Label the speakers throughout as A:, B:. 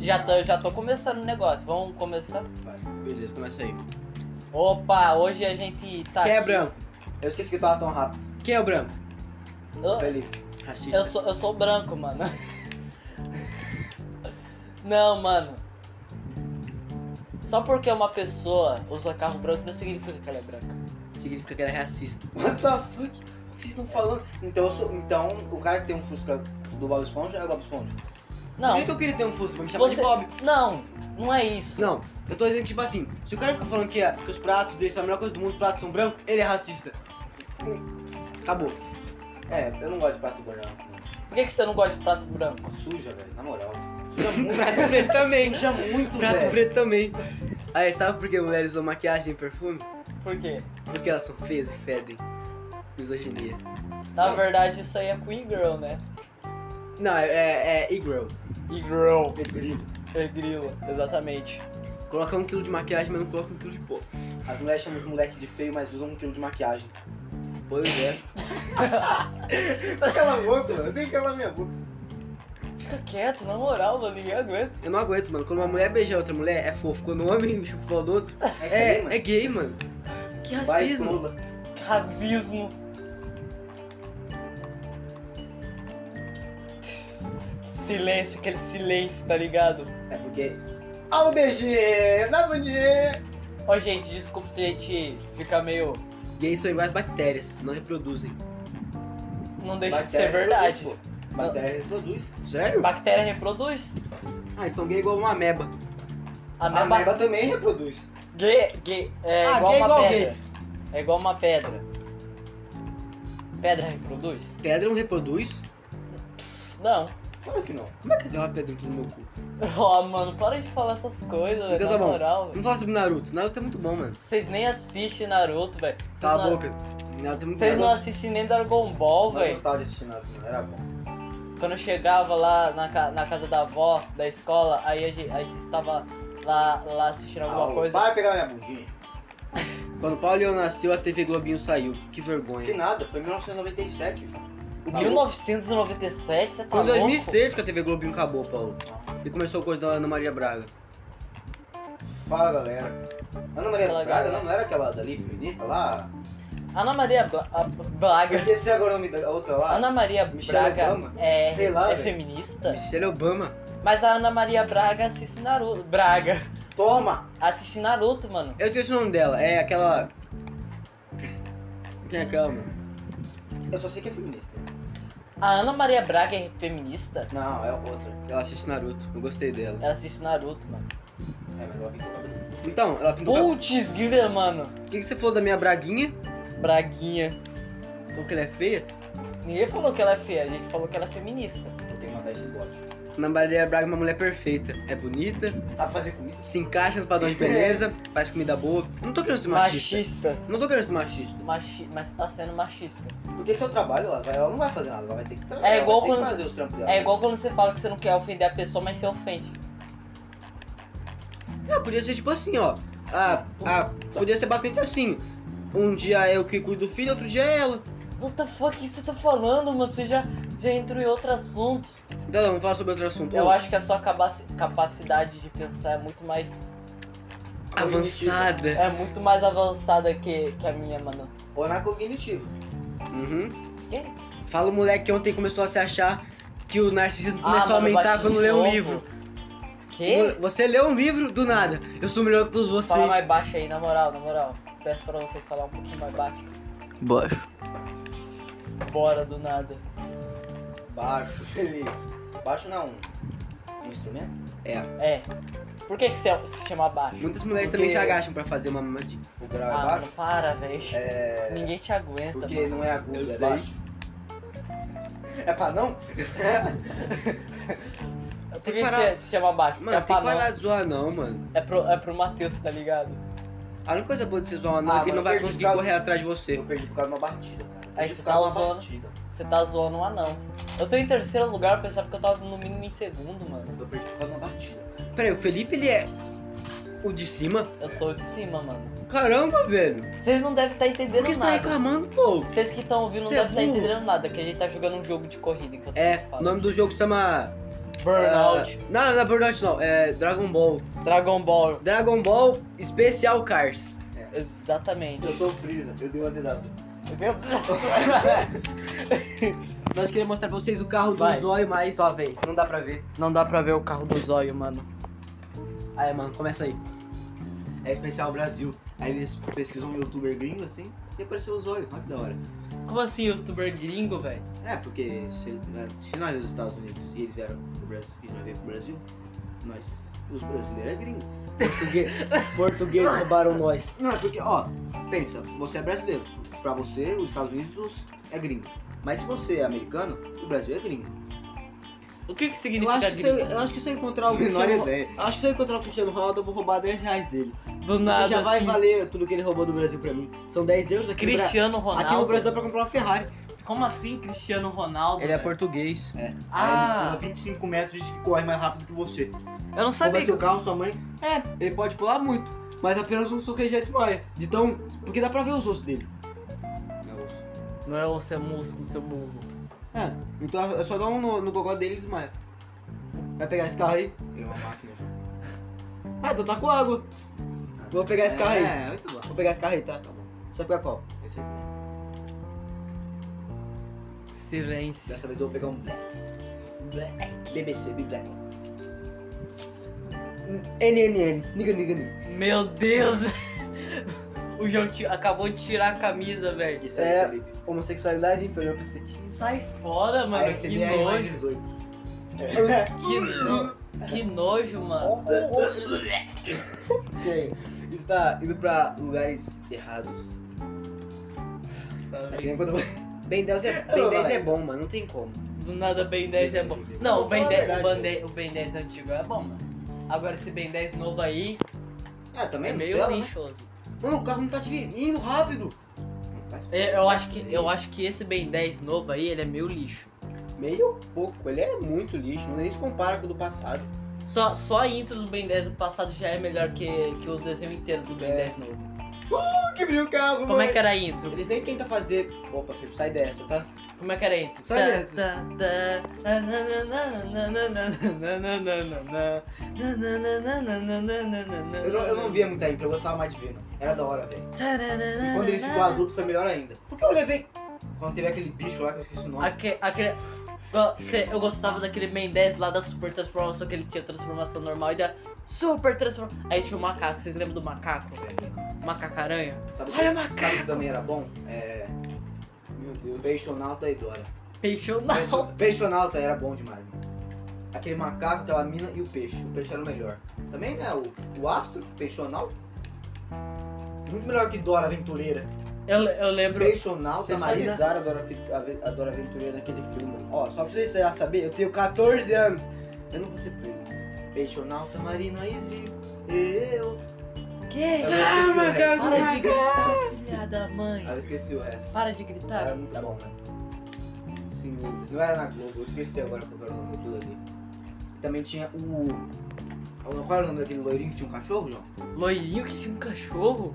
A: Já tô, já tô começando o negócio. Vamos começar?
B: Vai. Beleza, começa aí.
A: Opa, hoje a gente tá.
B: Quem é
A: aqui.
B: branco?
C: Eu esqueci que tava tão rápido.
B: Quem é o branco?
A: Eu,
C: Felipe.
B: Racista.
A: eu sou, eu sou branco, mano. Não, mano. Só porque uma pessoa usa carro branco não significa que ela é branca.
B: Significa que ele é racista.
C: What the fuck? O que vocês estão falando? Então, eu sou- então, o cara que tem um Fusca do Bob Esponja é o Bob Esponja.
B: Por
A: Não,
B: isso que eu queria ter um Fusca, pra me chamar
A: você.
B: de Bob.
A: Não, não é isso.
B: Não, eu tô dizendo tipo assim, se o cara fica falando que, a- que os pratos dele são a melhor coisa do mundo, os pratos são brancos, ele é racista. Acabou.
C: É, eu não gosto de prato branco.
A: Por que, que você não gosta de prato branco?
C: Suja, velho, na moral.
B: Prato preto também.
C: Suja muito,
B: Prato
C: velho.
B: preto também. Aí, sabe por que mulheres usam maquiagem e perfume?
A: Por quê?
B: Porque elas são feias e fedem. Misoginia.
A: Na verdade, isso aí é Queen Girl, né?
B: Não, é, é, é e-girl.
A: E Girl.
C: Grilo.
A: É grila, exatamente.
B: Coloca um quilo de maquiagem, mas não coloca um quilo de pó.
C: As mulheres chamam os moleques de feio, mas usam um quilo de maquiagem.
B: Pois é.
C: Cala a boca, mano. Tem que calar minha boca.
A: Fica quieto, na moral, mano, ninguém aguenta.
B: Eu não aguento, mano. Quando uma mulher beija outra mulher, é fofo. Quando um homem beija o do outro, é,
C: gay, mano.
B: é gay, mano. Que
C: Vai,
B: racismo.
C: pula.
A: Rasismo. Silêncio, aquele silêncio, tá ligado?
C: É porque... Alô, BG! Na banheira!
A: Ó, gente, desculpa se a gente fica meio.
B: Gays um- são iguais bactérias, não reproduzem.
A: Não deixa de ser é verdade.
C: Bactéria reproduz.
B: Sério?
A: Bactéria reproduz?
B: Ah, então gay é igual uma ameba.
A: A
C: A
A: mesma.
C: ameba também reproduz.
A: Gay, gay, é
B: Ah,
A: igual
B: gay
A: uma
B: é igual
A: pedra. É igual uma pedra. Pedra reproduz?
B: Pedra não reproduz?
A: Pss, não.
C: Claro que não.
B: Como é que deu uma pedra dentro do meu cu?
A: Ó, mano, para de falar essas coisas, velho.
B: Então
A: na
B: tá bom.
A: moral, velho.
B: Vamos falar sobre Naruto. Naruto é muito bom, mano.
A: Vocês nem assistem Naruto, velho. Vocês
B: Cala a
A: não-
B: boca. Naruto é muito
A: Vocês não
B: bom.
A: assistem nem Dragon Ball,
C: Não
A: velho.
C: gostava de assistir nada, não era bom.
A: Quando eu chegava lá na, ca- na casa da avó, da escola, aí, a gente... aí vocês estavam lá, lá assistindo alguma
C: Ah,
A: coisa.
C: Vai pegar minha bundinha.
B: Quando o Paulo Leão nasceu, a TV Globinho saiu. Que
C: Que
B: vergonha.
C: nada, foi em 1997. João.
B: O Globo-
A: 1997, você tá
B: Foi em
A: louco?
B: 2006 que a TV Globinho acabou, Paulo. E começou a coisa da Ana Maria Braga.
C: Fala galera. Ana Maria
A: Fala,
C: Braga
A: galera.
C: não, não era aquela dali feminista lá?
A: Ana Maria Bla- a-
C: Eu
A: Braga.
C: esqueci agora o nome da outra lá.
A: Ana Maria Braga
C: Obama?
A: é,
C: Sei lá,
A: é
C: velho.
A: feminista,
B: Michelle Obama.
A: mas a Ana Maria Braga assiste Naruto. Braga.
C: Toma!
A: Assiste Naruto, mano.
B: Eu esqueci o nome dela. É aquela. Quem é aquela, mano?
C: Eu só sei que é feminista.
A: A Ana Maria Braga é feminista?
C: Não, é outra.
B: Ela assiste Naruto. Eu gostei dela.
A: Ela assiste Naruto, mano.
C: É, mas ela pintou o cabelo.
B: Então, ela pintou. o cabelo.
A: Putz, grila, mano.
B: O que, que você falou da minha Braguinha?
A: Braguinha.
B: Falou que ela é feia?
A: Ninguém falou que ela é feia, a gente falou que ela é feminista.
C: Eu tenho uma teste de bote.
B: Ana Maria Braga é uma mulher perfeita. É bonita,
C: Sabe fazer comida?
B: se encaixa nos padrões de beleza, faz comida boa. Não tô querendo ser machista.
A: É. Machista.
B: Não tô querendo ser machista.
A: Machi... Mas tá sendo machista.
C: Porque seu trabalho lá, vai- ela não vai fazer nada, ela vai ter que trabalhar.
A: É
C: ela
A: igual
C: vai ter
A: quando-
C: que fazer os trampos dela.
A: É igual quando você fala que você não quer ofender a pessoa, mas você ofende.
B: Não, podia ser tipo assim, ó. Ah, ah, podia ser basicamente assim. Um dia eu que cuido do filho, outro dia é ela.
A: What the fuck, o que você tá falando, mano? Você já, já entrou em outro assunto.
B: Então vamos falar sobre outro assunto.
A: Eu
B: Ô,
A: acho que a sua capaci- capacidade de pensar é muito mais.
B: avançada.
A: É muito mais avançada que, que a minha, mano.
C: Ou na cognitiva.
B: Uhum.
A: Quê?
B: Fala o moleque que ontem começou a se achar que o narcisismo
A: Ah,
B: começou a
A: mano,
B: aumentar
A: bati
B: quando
A: de
B: leu um
A: novo.
B: livro.
A: Que?
B: Você leu um livro do nada. Eu sou melhor que todos vocês.
A: Fala mais baixo aí, na moral, na moral. Peço pra vocês falar um pouquinho mais baixo.
B: Baixo.
A: Bora do nada.
C: Baixo, Felipe. Baixo não é um, um instrumento?
B: É.
A: É. Por que, que você é um- se chama baixo?
B: Muitas mulheres
C: Porque-
B: também se agacham pra fazer uma mamadinha.
C: O grau é
A: Ah, mano,
C: baixo?
A: para, velho.
C: É.
A: Ninguém te aguenta,
C: Porque
A: mano.
C: não é agudo,
B: Eu
C: é
B: sei.
C: baixo. É pra não?
A: Por que,
B: Tem que
A: que
B: parar.
A: você se chama baixo?
B: Mano,
A: é,
B: tem
A: pra
B: que
A: não.
B: parar de zoar não, mano.
A: é pro, é pro Matheus, tá ligado?
B: A única coisa boa de você zoar um anão
C: Ah,
B: é que ele não
C: mas
B: vai
C: perdi
B: conseguir
C: por causa-
B: correr atrás de você.
C: Eu perdi por causa de uma batida, cara. Eu
A: Aí
C: perdi
A: você
C: por causa
A: tá
C: de uma
A: usando.
C: batida.
A: Você tá zoando um anão. Eu tô em terceiro lugar, pessoal, porque eu tava no mínimo em segundo, mano.
C: Eu perdi por causa de uma batida. cara.
B: Peraí, o Felipe ele é o de cima?
A: Eu sou o de cima, mano.
B: Caramba, velho.
A: Vocês não devem estar
B: Por
A: entendendo
B: que você tá
A: nada.
B: reclamando, pô?
A: Vocês que estão ouvindo
B: Você é
A: não devem estar
B: burro.
A: entendendo nada, que a gente tá jogando um jogo de corrida enquanto a
B: É,
A: gente
B: o
A: fala.
B: nome do jogo se chama
A: Burnout.
B: É, não, não é Burnout não, é Dragon Ball.
A: Dragon Ball.
B: Dragon Ball Especial Cars.
A: Exatamente.
C: Eu sou o Freeza, eu dei uma dedada.
B: Nós queremos mostrar pra vocês o carro do
A: Vai.
B: Zóio, mas
A: Sua vez.
B: não dá pra ver.
A: Não dá pra ver o carro do zóio, mano.
B: Aí, mano, começa aí.
C: É especial Brasil. Aí eles pesquisam um youtuber gringo assim e apareceu o Zóio. Olha que da hora.
A: Como assim, youtuber gringo, velho?
C: É, porque se, né, se nós dos Estados Unidos e eles vieram pro Brasil e nós viemos pro Brasil, nós, os brasileiros é gringo.
B: Português, português roubaram nós.
C: Não, é porque, ó, pensa, você é brasileiro. Pra você, os Estados Unidos é gringo. Mas se você é americano, o Brasil é gringo.
A: O que que
B: Eu
A: significa
B: acho, que se eu,
A: gringo?
B: eu acho que se eu encontrar o
C: Menor
B: Cristiano,
C: ideia.
B: eu acho que se eu encontrar o Cristiano Ronaldo, eu vou roubar 10 reais dele.
A: Do
B: Porque
A: nada,
B: já vai
A: assim,
B: valer tudo Ah, que ele roubou do Brasil pra mim. São 10 euros aqui. no Bra-
A: Cristiano
B: Aqui no
A: Ronaldo.
B: Brasil dá pra comprar uma Ferrari.
A: Como assim, Cristiano Ronaldo? velho?
B: português.
C: É.
A: Ah.
C: Aí ele pula 25 metros e diz que corre mais rápido que você.
A: Eu não
C: Sabe
A: sabia.
C: Rouba seu carro, sua mãe.
B: É, ele pode pular muito, mas apenas um soco ele já se maia. De tão. Porque dá pra ver os ossos dele.
C: Meu osso.
A: que- Não é o seu músculo, seu burro.
B: É, então é só dar um no, no gogó dele e desmaia. Vai pegar esse carro aí?
C: Ele é uma máquina.
B: Ah, então tá com água. Vou pegar esse carro aí.
C: É, muito bom.
B: Vou pegar esse carro aí, tá?
C: Tá bom.
B: Você vai pegar qual?
C: Esse aí.
A: Silêncio.
C: Dessa vez eu vou pegar um black.
B: BBC, Big Black. NNN, niga niga niga.
A: Meu Deus. o João ti- acabou de tirar a camisa, velho.
C: Isso aí, tá
B: É,
C: Felipe.
B: homossexualidade inferior pra estetismo.
A: Sai fora, mano.
C: Aí você
A: que
C: vê aí mais
A: nojo.
C: 18.
A: Que, no- que nojo,
C: Um,
A: mano.
B: Ok, Está tá indo pra lugares errados. É que nem quando- Ben 10 é, ben 10 é bom, mano, não tem como.
A: Do nada Ben 10 é bom. Não, o Ben 10, o Ben 10, o Ben 10 antigo é bom, mano. Agora esse Ben 10 novo aí
C: Ah, também
A: é meio
C: Nutella, né?
A: lixoso.
B: Mano, o carro não tá te indo rápido.
A: É, Eu acho que eu acho que esse Ben 10 novo aí, ele é meio lixo.
B: Meio pouco, ele é muito lixo, não nem se compara com o do passado.
A: Só, só a intro do Ben 10 do passado já é melhor que, que o desenho inteiro do Ben
B: É.
A: 10 novo.
B: Como que brilho o carro,
A: Como é que era a intro?
B: Eles nem tentam fazer. Opa, Felipe, sai dessa, tá?
A: Como é que era a intro?
B: Sabe essa?
A: Tá, tá, tá, nananana, nananana.
C: Eu não, eu não via muita intro, eu gostava mais de ver, mano. Era da hora, velho. E quando ele ficou adulto foi melhor ainda.
B: Por que eu levei?
C: Quando teve aquele bicho lá que eu esqueci o nome.
A: Aque- aquele. Go- cê- Eu gostava daquele Ben 10 lá da super transformação, que ele tinha transformação normal e da super transformação. Aí tinha o macaco, vocês lembram do macaco? Macacaranha?
C: Sabe,
A: Olha o
C: sabe
A: macaco!
C: que também era bom? É.
B: Meu Deus.
C: Peixonauta e Dora.
A: Peixonauta.
C: Peixo- Peixonauta era bom demais, mano. Aquele macaco, aquela mina e o peixe. O peixe era o melhor. Também, né? O, o astro, Peixonauta. Muito melhor que Dora Aventureira.
A: Eu, eu lembro.
C: Peixonauta, Marina.
B: Sexualizaram a Dora, Fi- a Ve- a Dora Aventureira naquele filme, mano. Ó, só pra vocês já saberem, eu tenho 14 anos. Eu não vou ser preso.
C: Peixonauta, Marina e Zico. Eu.
A: Que?
C: Eu esqueci o resto.
A: Para de gritar, filha da mãe.
C: Ah, eu esqueci o resto.
A: Para de
C: Era
A: gritar.
C: muito bom, né?
B: Sim, lindo.
C: Não era na Globo, eu esqueci agora qual era o nome daquilo ali. Também tinha o. Qual era o nome daquele loirinho que tinha um cachorro, João?
A: Loirinho que tinha um cachorro?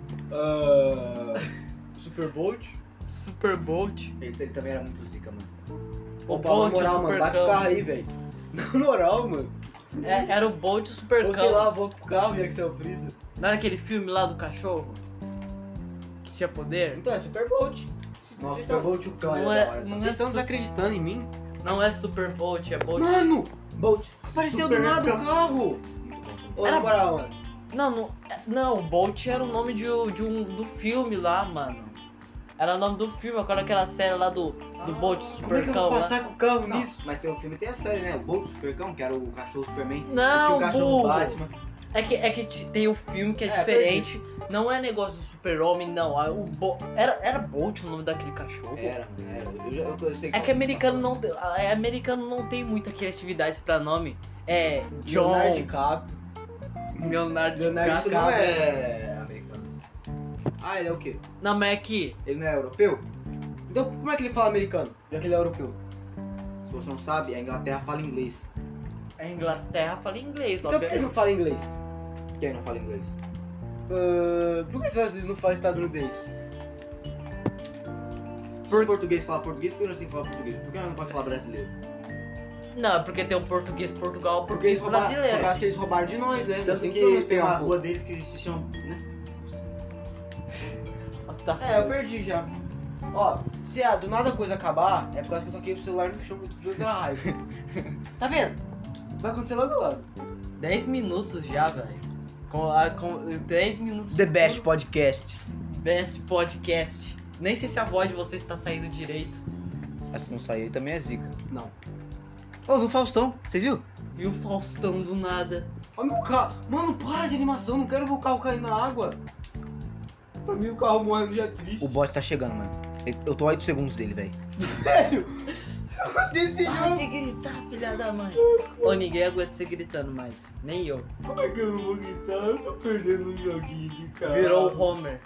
C: Uh,
B: Super Bolt?
A: Super Bolt.
C: Ele, ele também era muito zica, mano.
A: O
B: Opa, na
A: Bolt, o
B: moral, mano,
A: Super
B: bate o carro aí, velho. Na moral, mano.
A: É, era o Bolt e o Super
B: Ou sei lá, vou com o carro, já que você é o Freeza.
A: Não era aquele filme lá do cachorro? Que tinha poder?
B: Então é Super Bolt. Vocês-
C: Nossa,
B: vocês tão-
C: o Bolt e o cão era
A: Não
C: da hora.
A: é,
C: tá?
A: não é, su-
B: desacreditando em mim?
A: não é Super Bolt, é Bolt.
B: Mano,
C: Bolt.
B: apareceu
C: Super
B: do nada
C: Cão.
B: o carro.
C: Muito bom.
B: Ô,
A: Era-
B: na moral, mano.
A: Não, não, é- não, Bolt era o nome de, um- de um do filme lá, mano. Era o nome do filme, agora aquela série lá do, do Bolt
B: Como é
A: Super
B: que eu vou
A: Cão. lá.
B: passar com o carro
C: Não,
B: nisso?
C: mas tem o filme tem a série, né? O Bolt Supercão, que era o cachorro Superman.
A: Não,
B: um
C: tinha o cachorro
A: burro.
C: Batman.
A: É que, é que te- tem o filme que é,
B: É,
A: diferente, não é negócio do super-homem, não. Ah, O Bo- era, era Bolt o nome daquele cachorro?
B: É,
C: Era, mano, era. Eu, já- eu, eu sei
A: É que americano não, tem- ah, é, americano não tem muita criatividade pra nome. É John,
B: Leonardo DiCaprio.
A: Leonardo,
B: Leonardo
C: Isso
A: DiCaprio.
C: não
B: Cabo.
C: é americano. Ah, ele é o quê?
A: Não, mas é que
C: Ele não é europeu?
B: Então como é que ele fala americano? Já que ele é europeu.
C: Se você não sabe, a Inglaterra fala inglês.
A: a é Inglaterra fala inglês,
B: Então por que ele
A: obviamente.
B: não fala inglês?
C: Quem não fala inglês?
B: Ah, por que os Estados Unidos não falam estadunidense?
C: Por... português fala português, por que nós temos que falar português? Por que nós não pode falar brasileiro?
A: Não, é porque tem o português Portugal, o
B: Porque eles
A: português
B: roubaram.
A: brasileiro.
B: Eu acho que eles roubaram de nós, né?
C: Tanto
B: Tem
C: que tem uma
B: pegar um
C: rua
B: pouco.
C: deles que se chama. Né?
A: Ah, tá.
B: É, eu perdi já. Ó, se a do nada a coisa acabar, é por causa que eu toquei o celular no chão com tudo pela raiva.
A: Tá vendo?
B: Vai acontecer logo logo.
A: 10 minutos já, velho. Com, a- com 10 minutos
C: The
A: de
C: Best Podcast.
A: Best Podcast. Nem sei se a voz de vocês está saindo direito.
C: Mas se não sair, também é zica.
B: Não.
C: Ô, viu o Faustão? Vocês viram?
A: Viu o Faustão do nada?
B: Olha meu carro. Mano, para de animação, não quero ver o carro cair na água. Pra mim o carro morrendo já é triste.
C: O bot tá chegando, mano. Eu tô a 8 segundos dele, velho.
B: Velho! Desse
A: Para
B: jogo.
A: de gritar, filha da mãe. Ô, ninguém aguenta você gritando mais. Nem eu.
B: Como é que eu não vou gritar? Eu tô perdendo um joguinho de cara.
A: Virou o Homer.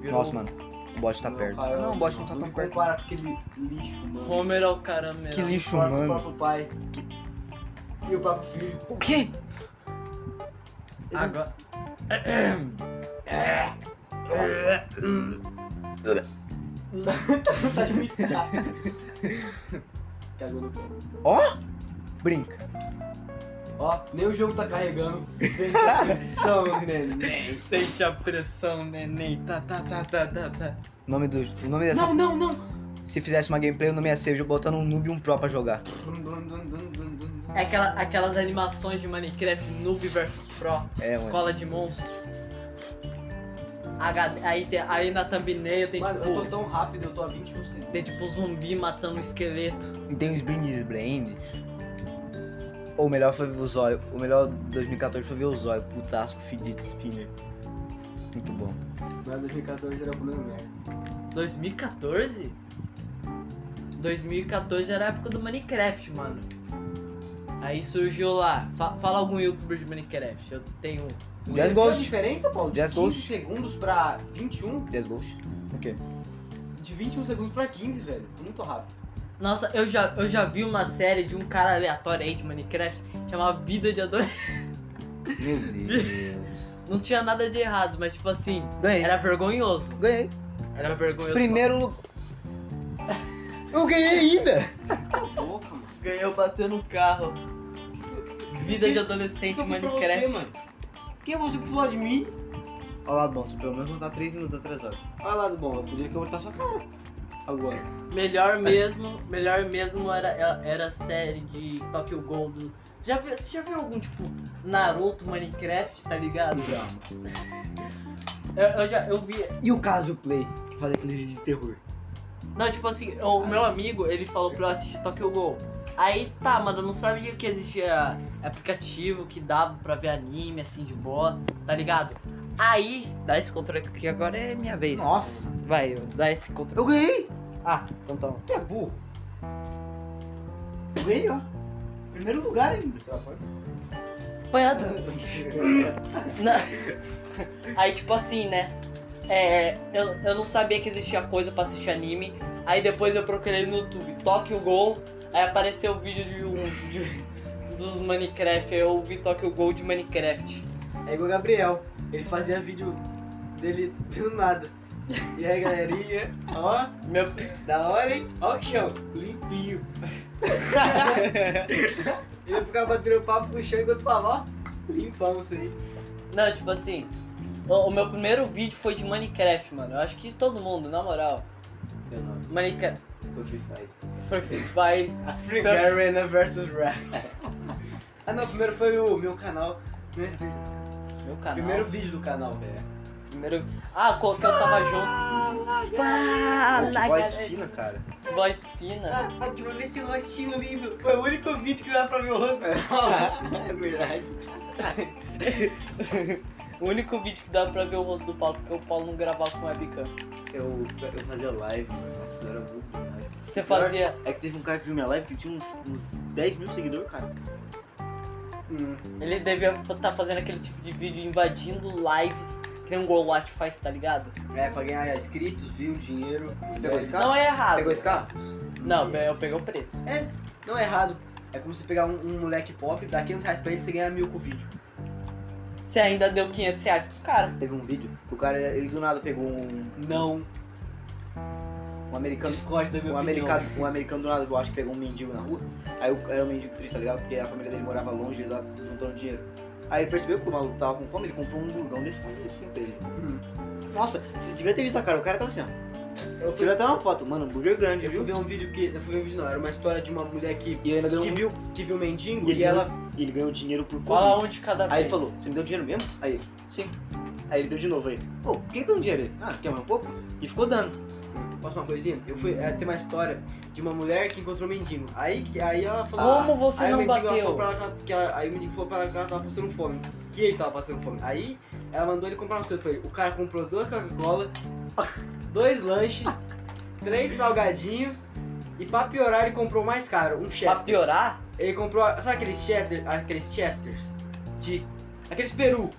A: Virou
C: Nossa, mano. O bot tá perto.
B: cara,
C: não, o bot não tá tão
B: me
C: perto.
B: Compara com aquele lixo, mano.
A: Homer é ao caramba.
C: Que lixo
B: Compara com o
C: humano.
B: próprio pai. E o próprio filho.
C: O quê?
A: Agora.
B: tá de mitar. Cagou no pé.
C: Ó! Brinca.
B: Ó, nem o jogo tá carregando. Sente a pressão, neném.
A: Sente a pressão, neném. Tá, tá, tá, tá, tá, tá.
C: O nome, do, o nome dessa.
B: Não, não, não.
C: Se fizesse uma gameplay, o nome ia ser botando um noob e um pro pra jogar.
A: É aquela, aquelas animações de Minecraft noob versus pro,
C: É, mano.
A: escola de monstros. HD aí, tem- aí na thumbnail tem
B: Mano,
A: tipo,
B: eu tô tão rápido, eu tô a 21 segundos.
A: tem tipo zumbi matando um esqueleto.
C: E tem os brindes brand. Ou o melhor foi ver o Zóio. O melhor 2014 foi ver o Zóio. Putasco, fedido, spinner. Muito bom.
B: Mas 2014 era o primeiro merda.
A: 2014? 2014 era a época do Minecraft, mano. Aí surgiu lá. fa- fala algum youtuber de Minecraft. Eu tenho. um.
C: Jazz
B: Você viu a
C: Ghost.
B: diferença, Paulo? De
C: Jazz
B: 15
C: Ghost.
B: segundos pra 21?
C: Jazz Ghost? O quê?
B: De 21 segundos pra 15, velho. Muito rápido.
A: Nossa, eu já, eu já vi uma série de um cara aleatório aí de Minecraft chamava Vida de Adolescente.
C: Meu Deus.
A: Não tinha nada de errado, mas tipo assim,
C: Ganhei.
A: era vergonhoso.
C: Ganhei.
A: Era vergonhoso.
C: Primeiro lugar. Eu ganhei ainda!
B: Cala a boca, Tá mano.
A: Ganhou batendo no carro. Vida de
B: O que
A: adolescente
B: eu fiz pra você,
A: Minecraft.
B: mano? Quem é você pra falar de mim?
C: Olha lá, bom, você pelo menos não tá 3 minutos atrasado.
B: Olha lá, bom, eu podia que eu botar sua cara. Agora.
A: Melhor mesmo, melhor mesmo era, era a série de Tokyo Ghoul. do- Você já, viu- você já viu algum tipo Naruto Minecraft, tá ligado? Eu, eu já eu vi.
C: E o caso Play, que faz aqueles vídeos de terror?
A: Não, tipo assim, o meu amigo, ele falou pra eu assistir Tokyo Ghoul. Aí tá, mano, eu não sabia que existia aplicativo que dava pra ver anime, assim, de boa, tá ligado? Aí, dá esse controle aqui, agora é minha vez.
C: Nossa!
A: Vai, eu- dá esse controle.
C: Eu ganhei!
A: Ah, então toma.
B: Tu é burro. Eu ganhei, ó. Primeiro lugar ainda. Sei lá, pode?
A: Apanhado. Na- Aí, tipo assim, né? É, eu, eu não sabia que existia coisa pra assistir anime. Aí depois eu procurei no YouTube Tokyo Gol. Aí apareceu o vídeo de um. De, dos Minecraft. Aí eu vi Tokyo Gol de Minecraft.
B: É igual o Gabriel. Ele fazia vídeo dele do nada. E aí, galerinha, ó,
A: Meu...
B: da hora, hein? Ó o chão, limpinho. Ele ficava batendo papo no chão enquanto falava, ó, limpamos aí.
A: Não, tipo assim. O, o meu primeiro vídeo foi de Minecraft, mano. Eu acho que todo mundo, na moral.
B: Meu nome
A: Minecraft.
B: foi Free Fire.
A: Foi Free Fire.
B: Free
A: Garena versus Rap.
B: Ah, não, primeiro foi o meu canal, né?
A: Meu canal.
B: Primeiro vídeo do canal.
C: É.
A: Primeiro... Ah, qual que eu tava junto? Ah,
C: Pô, que voz fina, cara.
A: Voz fina.
B: Ah, que ver esse rostinho lindo. Foi o único vídeo que dá pra ver o rosto. é verdade.
A: O único vídeo que dá pra ver o rosto do Paulo, porque o Paulo não gravava com webcam.
C: Eu, eu fazia live, mano. Nossa, eu era muito
A: Você fazia.
C: É que teve um cara que viu minha live que tinha uns, uns 10 mil seguidores, cara. Hum.
A: Ele devia estar fazendo aquele tipo de vídeo invadindo lives, que nem um Golwatch faz, tá ligado?
B: É, pra ganhar inscritos, viu, dinheiro.
C: Você pegou esse carro?
A: Não é errado.
C: Pegou esse carro?
A: Não, eu peguei o preto.
B: É, não é errado. É como você pegar um, um moleque pobre, dar 500 reais pra ele, você ganha mil com o vídeo.
A: Você ainda deu 500 reais pro cara.
C: Teve um vídeo que o cara, ele do nada pegou um.
B: Não.
C: Um americano.
A: Discord da minha
C: Um
A: opinião.
C: americano, um americano do nada, eu acho que pegou um mendigo na rua. Aí o- era um mendigo triste, tá ligado? Porque a família dele morava longe, ele lá juntando dinheiro. Aí ele percebeu que o maluco tava com fome, ele comprou um burgão desse tamanho assim pra ele. Nossa, você devia ter visto a cara, o cara tava assim, ó.
B: Eu fui,
C: Tirou até uma foto, mano, um burger grande,
B: eu fui
C: viu?
B: ver um vídeo que. Eu fui ver um vídeo, não. Era uma história de uma mulher que,
C: E ele ainda ganhou
B: que
C: um-
B: viu que viu o mendigo
C: E
B: e,
C: ele
B: ela.
C: e ele ganhou dinheiro por
A: Fala
C: conta.
A: um de cada vez.
C: Aí ele falou, você me deu dinheiro mesmo? Aí, ele, sim. Aí ele deu de novo aí. Pô, por que deu dinheiro aí? Ah, quer mais um pouco? E ficou dando.
B: Posso uma coisinha? Eu fui. É, tem uma história de uma mulher que encontrou um mendigo. Aí, aí ela falou.
C: Ah.
A: Como você
B: aí o
A: não
B: mendigo, ela
A: bateu?
B: falou pra
C: um
B: ela que ela- que ela- aí o mendigo falou pra ela que ela tava passando fome. Que ele tava passando fome. Aí ela mandou ele comprar umas coisas pra ele. O cara comprou duas Coca-Cola, dois lanches, três salgadinhos. E pra piorar, ele comprou mais caro, um
A: Pra
B: Chester.
A: piorar?
B: Ele comprou, sabe aqueles Chester, aqueles Chesters? De, aqueles peru,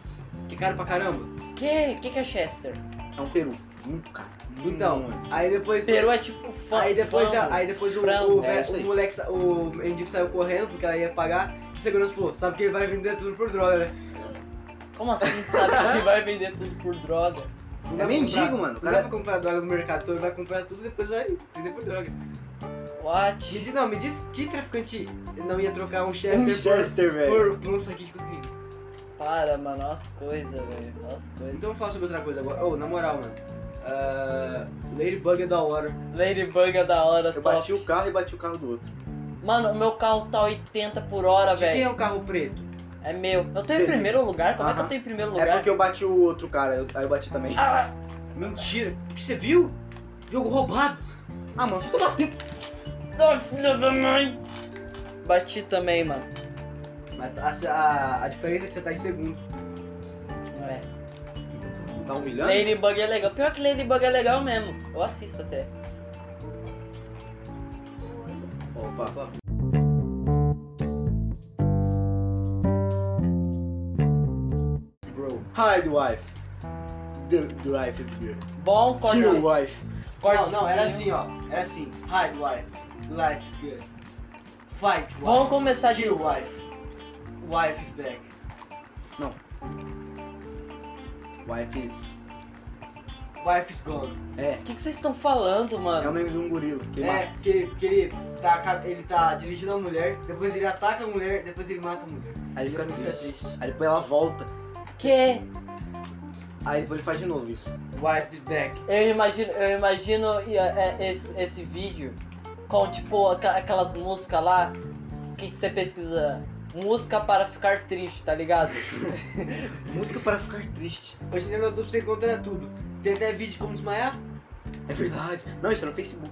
B: que é caro pra caramba.
A: Que? Que que é Chester?
C: É um peru. Muito caro.
B: Então,
C: Muito.
B: aí depois...
A: Peru é tipo fã.
B: Aí depois,
A: fã.
B: aí depois o,
A: frango.
B: o,
C: É,
B: velho-
C: isso aí.
B: o moleque, sa- o mendigo saiu correndo porque ela ia pagar. E o segurança falou: Sabe que ele vai vender tudo por droga, né?
A: Como assim sabe que vai vender tudo por droga?
B: Não dá
C: É
B: pra
C: mendigo,
B: comprar-
C: mano, o
B: Não
C: cara-
B: dá pra comprar droga no mercado, todo, vai comprar tudo e depois vai vender por droga. Me
A: What?
B: diz, não, me diz que traficante não ia trocar um Chester,
C: Um
B: por-
C: Chester,
B: por,
C: velho.
B: por um saquinho de cocaína.
A: Para, mano, olha as coisas, velho. Olha as coisas.
B: Então fala sobre outra coisa agora. Ô, na moral, mano. Ah, Ladybug é da hora.
A: Ladybug é da hora,
C: Eu
A: top.
C: bati o carro e bati o carro do outro.
A: Mano, meu carro tá 80 por hora,
B: De quem é
A: velho.
B: o carro preto?
A: É meu. Eu tô em
C: Dele.
A: primeiro lugar? Como é que eu
C: Aham.
A: tô em primeiro
C: É
A: lugar?
C: porque eu bati o outro cara, eu- aí eu bati também.
A: Ah,
B: Mentira. O que você viu? Jogo roubado.
C: Ah, mano, você tá batendo.
A: ah, filha da mãe! Bati também, mano.
B: Mas a, a, a diferença é que você tá em segundo.
A: É.
C: Tá humilhando?
A: Ladybug é legal. Pior que Ladybug é legal mesmo. Eu assisto até.
B: tá,
C: Opa.
B: Bro.
C: Hi, the wife. The, the wife is here.
A: Bom, corte.
C: Dear wife.
A: corte
B: não, não, era assim, ó. Era assim. Hide wife. Life's good. Fight wife.
A: Vamos começar de
B: Kill wife. Wife is back.
C: Não. Wife is...
B: Wife is gone.
C: É.
A: O que que vocês estão falando,
C: É o
A: mano?
C: meme de um gorila. Que
B: é,
C: mata.
B: porque, ele- porque ele, tá, ca- ele tá dirigindo a mulher, depois ele ataca a mulher, depois ele mata a mulher.
C: Aí ele fica
B: Ele
C: triste. Aí depois ela volta.
A: Que?
C: Aí depois ele faz de novo isso.
B: Wife is back.
A: Eu imagino, eu imagino e, é, é, esse, esse vídeo com tipo aqua- aquelas músicas lá que que você pesquisa. Música para ficar triste, tá ligado?
C: Música para ficar triste.
B: Hoje em dia no YouTube você encontra tudo. Tem até vídeo de como desmaiar.
C: É verdade. Não, isso é no Facebook.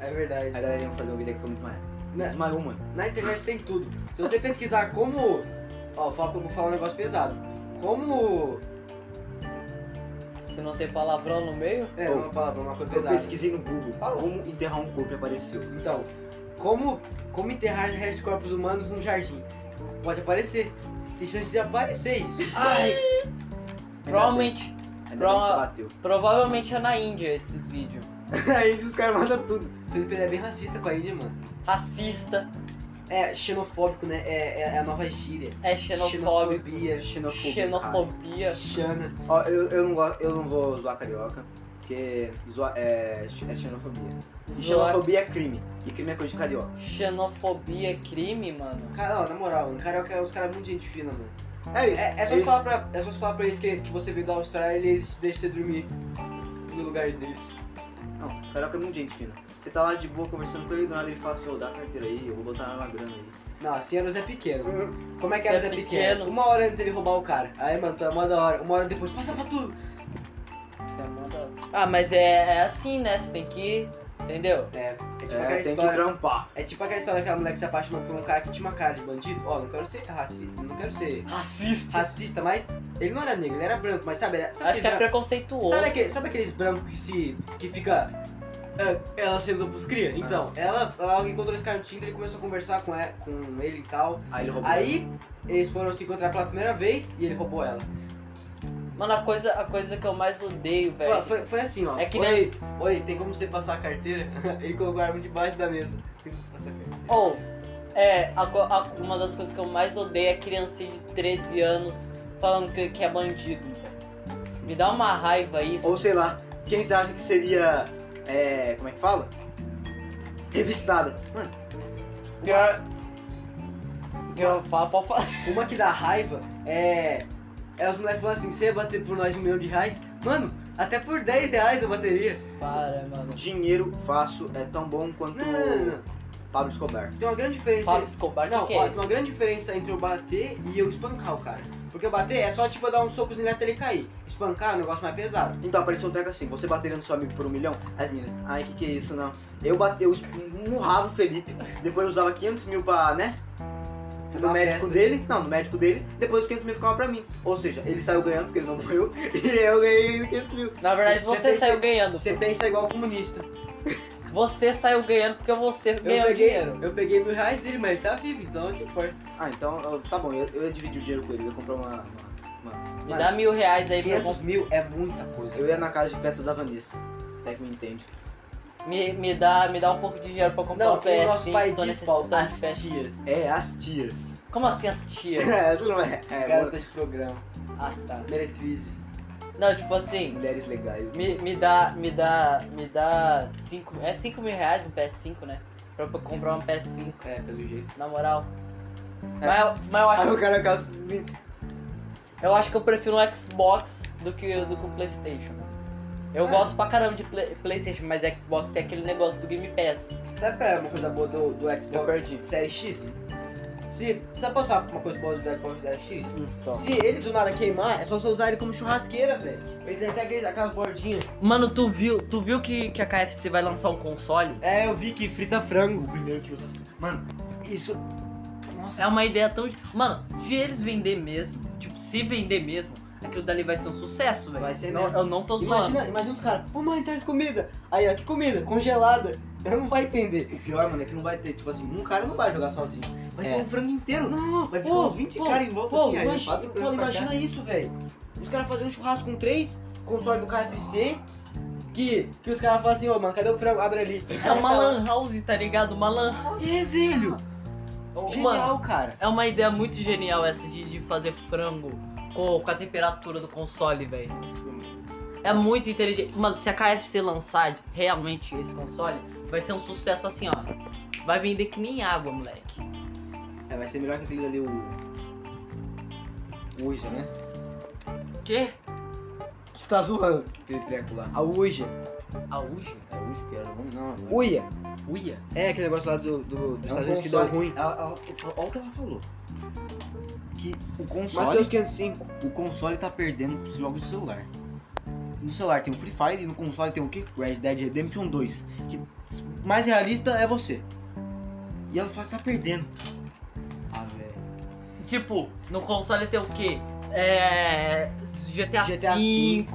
B: É
C: A
B: verdade.
C: galera ia fazer um vídeo aqui como desmaiar.
B: É, Na,
C: Desmaiou, mano.
B: na internet tem tudo. Se você pesquisar como. Ó, fala que eu vou falar um negócio pesado. Como.
A: Se não tem palavrão no meio.
B: É,
C: Oh.
B: uma palavra, uma coisa
C: Eu
B: pesada.
C: pesquisei no Google
B: Falou.
C: como enterrar um corpo e apareceu.
B: Então, como, como enterrar restos de corpos humanos num jardim? Pode aparecer. Tem chance de aparecer isso.
A: Ai! Provavelmente,
C: Ainda bem
A: Pro-
C: que você bateu.
A: provavelmente é na Índia esses vídeos.
C: Aí os caras matam tudo.
B: O Felipe ele é bem racista com a Índia, mano.
A: Racista,
B: É xenofóbico, né? É, é, é a nova gíria.
A: é xenofóbico,
B: Xenofobia,
C: Xenofobia.
A: xenofobia.
B: xana.
C: Ó, eu, eu, não, go- eu não vou zoar carioca, porque zoar é, x- é xenofobia. E
A: Zoar.
C: xenofobia é crime. E crime é coisa de carioca.
A: Xenofobia é crime, mano.
B: Cara, ó, na moral, o carioca é uns caras muito gente fina, mano.
C: É isso.
B: É, é só
C: eles,
B: falar pra, é só falar pra eles que, que você veio da Austrália e eles deixam você dormir no lugar deles.
C: Não, carioca é muito gente fina. Você tá lá de boa conversando com ele, do nada ele fala assim, ô, dá a carteira aí, eu vou botar uma grana aí.
B: Não, assim Eros é pequeno. Como é que Eros é
A: Você é
B: pequeno?
A: pequeno.
B: Uma hora antes ele roubar o cara. Aí, mano, tá mó da hora. Uma hora depois, passa pra tudo.
A: Você manda- Ah, mas é, é assim, né? Você tem que. Entendeu?
B: É, é tipo aquela
C: É, tem que
B: história.
C: trampar.
B: É tipo aquela história daquela mulher que se apaixonou por um cara que tinha uma cara de bandido. Ó, não quero ser racista, não quero ser
A: Racista.
B: racista, mas ele não era negro, ele era branco, mas sabe, era, sabe
A: Acho que é
B: aquele bran-
A: preconceituoso.
B: sabe, aquele- sabe aqueles brancos que se que fica "Ah, ela sendo pros cria?
A: Ah.
B: Então, ela, ela encontrou esse cara no Tinder e começou a conversar com, e- com ele e tal.
C: Aí ele roubou.
B: Aí eles foram se encontrar pela primeira vez e ele roubou ela.
A: Mano, a coisa, a coisa que eu mais odeio,
B: Foi,
A: velho.
B: foi- foi assim, ó.
A: É que
B: oi,
A: nem-
B: oi, tem como você passar a carteira? ele colocou a arma debaixo da mesa. Tem como você passar a carteira.
A: Ou, é, a co- a- uma das coisas que eu mais odeio é criancinha de 13 anos falando que, que é bandido. Me dá uma raiva isso.
C: Ou sei lá, quem você acha que seria É. Como é que fala? Revistada. Mano,
A: Pior. Pior, fala, pode falar.
B: Uma que dá raiva é. É os moleques falando assim, você ia bater por nós um milhão de reais? Mano, até por 10 reais eu bateria.
A: Para, mano.
C: dinheiro fácil é tão bom quanto
B: Não, não, não, não.
C: Pablo Escobar.
B: Tem uma grande diferença.
A: Fala Escobar,
B: não,
A: que,
B: ó,
A: é
B: tem uma
A: isso?
B: grande diferença entre eu bater e eu espancar o cara. Porque eu bater é só tipo eu dar um soco nele até ele cair. Espancar é um negócio mais pesado.
C: Então apareceu um treco assim, você bateria no seu amigo por um milhão? As meninas, ai que que é isso não. Eu, bate, eu murrava o Felipe, depois eu usava 500 mil pra, né?
B: Fazer
C: No
B: uma
C: médico
B: festa.
C: dele, não, no médico dele, depois os 500 mil ficavam pra mim. Ou seja, ele saiu ganhando porque ele não morreu, e eu ganhei os 500 mil.
A: Na verdade,
B: Você- você
A: você
B: pensa-
A: saiu ganhando.
B: Você pensa igual comunista.
A: Você saiu ganhando porque você
B: Eu
A: ganhou
B: peguei,
A: dinheiro.
B: eu peguei mil reais dele, mas ele tá vivo, então é que importa.
C: Ah, então, eu- tá bom, eu, eu ia dividir o dinheiro com ele, eu ia comprar uma... uma, uma-
A: Me dá mil reais aí pra eu
B: 500
A: comprar.
B: mil é muita coisa.
C: eu ia na casa de festa da Vanessa, se é que me entende.
A: Me, me, dá, me dá um pouco de dinheiro pra comprar
B: Não,
A: um
B: o
A: PS.
B: nosso pai
A: tô
B: diz
A: necessitando
B: faltar
A: de PS.
B: dias.
C: É, as tias.
A: Como assim as tias?
C: É, você não é. é mano,
B: Garota de programa.
A: Ah,
B: Tá, meretrizes.
A: Não, tipo assim,
C: mulheres legais.
A: me, me dá. Me dá. Me dá. Cinco, é 5 mil reais um PS5, né? Pra eu comprar um PS5,
B: É, pelo jeito.
A: na moral.
C: É.
A: Mas, eu- mas eu,
C: Aí
A: acho,
C: o cara casa.
A: eu acho que eu prefiro um Xbox do que, do que um Playstation. Eu
B: É.
A: gosto pra caramba de Play- Playstation, mas Xbox é aquele negócio do Game Pass.
B: Sabe qual é uma coisa boa do, do
A: Eu perdi.
B: Xbox Série X? Se, sabe posso falar uma coisa boa do Xbox Série X?
C: Então.
B: Se ele do nada queimar, é só você usar ele como churrasqueira, velho. Eles têm até aqueles- aquelas bordinhas.
A: Mano, tu viu, tu viu que, que a KFC vai lançar um console?
B: É, eu vi que frita frango.
C: O primeiro que usa. Mano, isso. Nossa,
A: É uma ideia tão. Mano, se eles vender mesmo, tipo, se vender mesmo, aquilo dali vai ser um sucesso, velho.
B: Vai ser
A: Não-
B: mesmo.
A: Eu não tô zoando.
B: Imagina, imagina os caras, ô mãe, traz comida. Aí, ó, que comida? Congelada. Ela não vai entender.
C: o pior, mano, é que não vai ter. Tipo assim, um cara não vai jogar sozinho. Vai
B: É.
C: ter um frango inteiro. Não, não, vai
B: Pô,
C: ficar uns 20
B: pô,
C: caras em volta
B: Pô,
C: assim. Aí
B: imagina,
C: faz o
B: pô,
C: frango pra cá.
B: imagina isso, velho. Os caras fazendo churrasco com três, console do KFC, que, que os caras falam assim, ô mano, cadê o frango? Abre ali. Então,
A: É uma lan house, tá ligado? Uma lan house.
B: Exílio. Genial, cara.
A: É uma ideia muito genial essa de, de fazer frango com, com a temperatura do console, velho. É muito inteligente. Mano, se a KFC lançar de- realmente esse console, vai ser um sucesso assim, ó. Vai vender que nem água, moleque.
C: É, vai ser melhor que aquele ali, o. o Uja, né?
A: Quê?
B: Você tá zoando.
C: Aquele treco lá.
B: A Uja.
A: A Uja?
C: É Uja que era o nome? Não, não.
B: Uia.
A: Uia?
C: É aquele negócio lá do, do, dos
B: É um
C: Estados Unidos que deu
B: console.
C: ruim. Ela, ela, olha o que ela falou. Que o console.
B: Mateus 505.
C: o console tá perdendo pros jogos do celular. No celular tem o Free Fire e no console tem o quê? Red Dead Redemption 2. Que mais realista é você. E ela fala que tá perdendo.
B: Ah, velho.
A: Tipo, no console tem o quê? É. GTA,
B: GTA
A: V,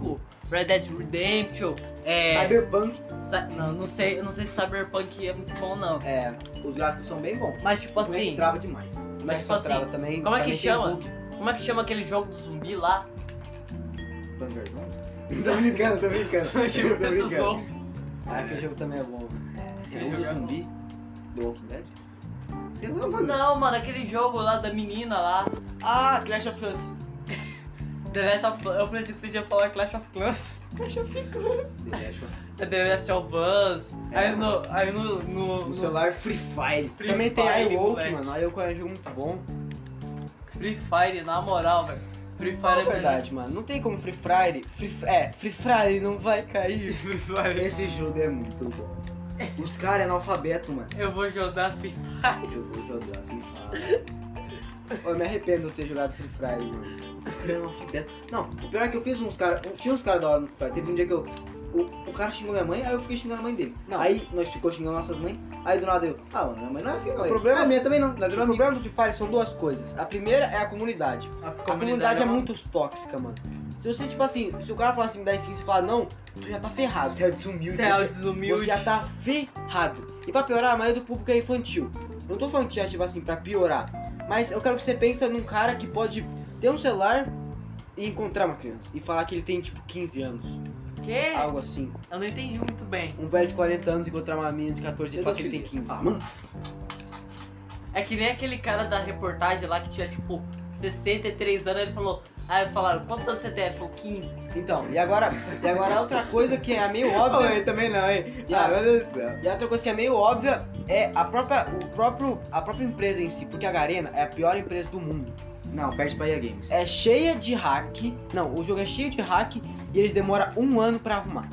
A: Red Dead Redemption, é.
C: Cyberpunk.
A: Sa- não, não sei, não sei se Cyberpunk é muito bom, não.
C: É, os gráficos são bem bons.
A: Mas tipo
C: Não é que
A: assim,
C: trava demais.
B: Mas
A: tipo
B: só
A: assim,
B: trava também.
A: como é que
B: também tem
A: chama?
B: bug.
A: como é que chama aquele jogo do zumbi lá?
C: Bunker Jones? tô brincando, tô brincando. tô brincando.
B: Ah, aquele jogo também é bom.
C: É o zumbi do Walking Dead? Você não
A: Não, mano, aquele jogo lá da menina lá.
B: Ah, Clash of Clans.
A: The Last of Eu pensei que você ia falar Clash of Clans. Clash of Clans.
C: um
A: É The Last of Us.
C: É,
A: aí no. Aí no. No,
C: No
A: no
C: celular Free Fire.
A: Free
B: também tem
A: Fire,
B: a Woke,
A: moleque.
B: mano. A Woke é um jogo muito bom.
A: Free Fire, na moral, velho. Free Fire
B: é verdade, mano. Não tem como Free Fire. Free, Fri- é, Free Fire não vai cair.
A: Free Fire.
C: Esse jogo é muito bom. Os caras é analfabeto, mano.
A: Eu vou jogar Free Fire.
C: Eu vou jogar Free Fire.
B: Eu me arrependo de ter jogado Free Fire, mano.
C: Os caras é analfabeto. Não, o pior é que eu fiz uns caras. Tinha uns caras da hora no Free Fire. Teve um dia que eu. O, o cara xingou minha mãe, aí eu fiquei xingando a mãe dele.
B: Não.
C: Aí nós ficou xingando nossas mães. Aí do nada eu. Ah, mano, minha mãe não é assim, não.
B: O
C: Aí,
B: problema-
C: Ah, minha também não.
B: O
C: Nós viramos
B: problema do Free Fire são duas coisas. A primeira é a comunidade. A comunidade é muito tóxica, mano. Se você, tipo assim, se o cara falar assim, me dá skin e você falar não, tu já tá ferrado.
C: Você é desumilde.
A: Céu
C: você-
A: desumilde.
B: Você já tá ferrado. E pra piorar, a maioria do público é infantil. Eu Não tô falando que já, tipo assim, pra piorar. Mas eu quero que você pense num cara que pode ter um celular e encontrar uma criança. E falar que ele tem, tipo, 15 anos.
A: Quê?
B: Algo assim.
A: Eu não entendi muito bem.
B: Um velho de 40 anos encontrar uma menina de 14 e falar que ele tem 15.
C: Ah, mano.
A: É que nem aquele cara da reportagem lá que tinha tipo 63 anos, ele falou: Aí falaram, quantos anos você tem? Ele falou, 15.
C: Então, e agora, e agora outra coisa que é meio óbvia.
B: Oi, também não, hein?
C: Ah,
B: meu Deus do céu.
C: E outra coisa que é meio óbvia é a própria, o próprio, a própria empresa em si, porque a Garena é a pior empresa do mundo.
B: Não, perde Bahia Games.
C: É cheia de hack. Não, o jogo é cheio de hack e eles demoram um ano pra arrumar.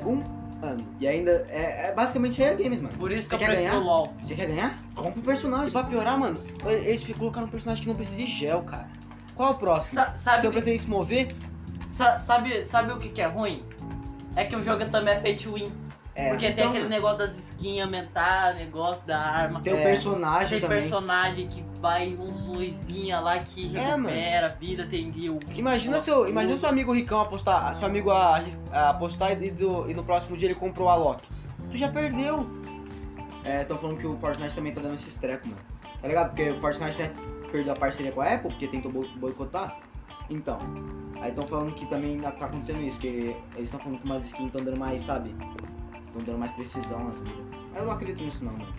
B: É.
C: Um ano.
B: E ainda é, é basicamente Bahia Games, mano.
A: Por isso
C: Você
A: que eu
C: quer
A: prefiro
C: ganhar?
A: o LOL.
B: Você quer ganhar? Compra o
C: Mas
B: personagem.
C: vai piorar, mano. Eles colocaram um personagem que não precisa de gel, cara. Qual é o próximo?
A: Sa-
C: Se eu
A: sabe,
C: precisar se mover,
A: sa- sabe, sabe o que, que é ruim? É que o jogo também é pay to win.
C: é.
A: porque tem
B: então,
A: aquele
B: mano.
A: negócio das skins aumentar, negócio da arma.
B: Tem o
C: É.
B: personagem
A: Tem
B: também.
A: personagem que vai uns luzinha lá que
C: É, mano.
A: recupera a vida, tem o
C: Imagina
A: Nossa,
C: seu, imagina
A: tudo.
C: seu amigo ricão apostar, seu amigo a- a apostar e, do- e no próximo dia ele comprou a Loki. Tu já perdeu.
B: É, tão falando que o Fortnite também tá dando esses trecos, mano. Tá ligado? Porque o Fortnite, né, perdeu a parceria com a Apple, porque tentou boi- boicotar. Então, aí estão falando que também tá acontecendo isso, que eles estão falando que umas skins estão dando mais, sabe? Estão dando mais precisão nas mídias. Eu não acredito nisso não, mano.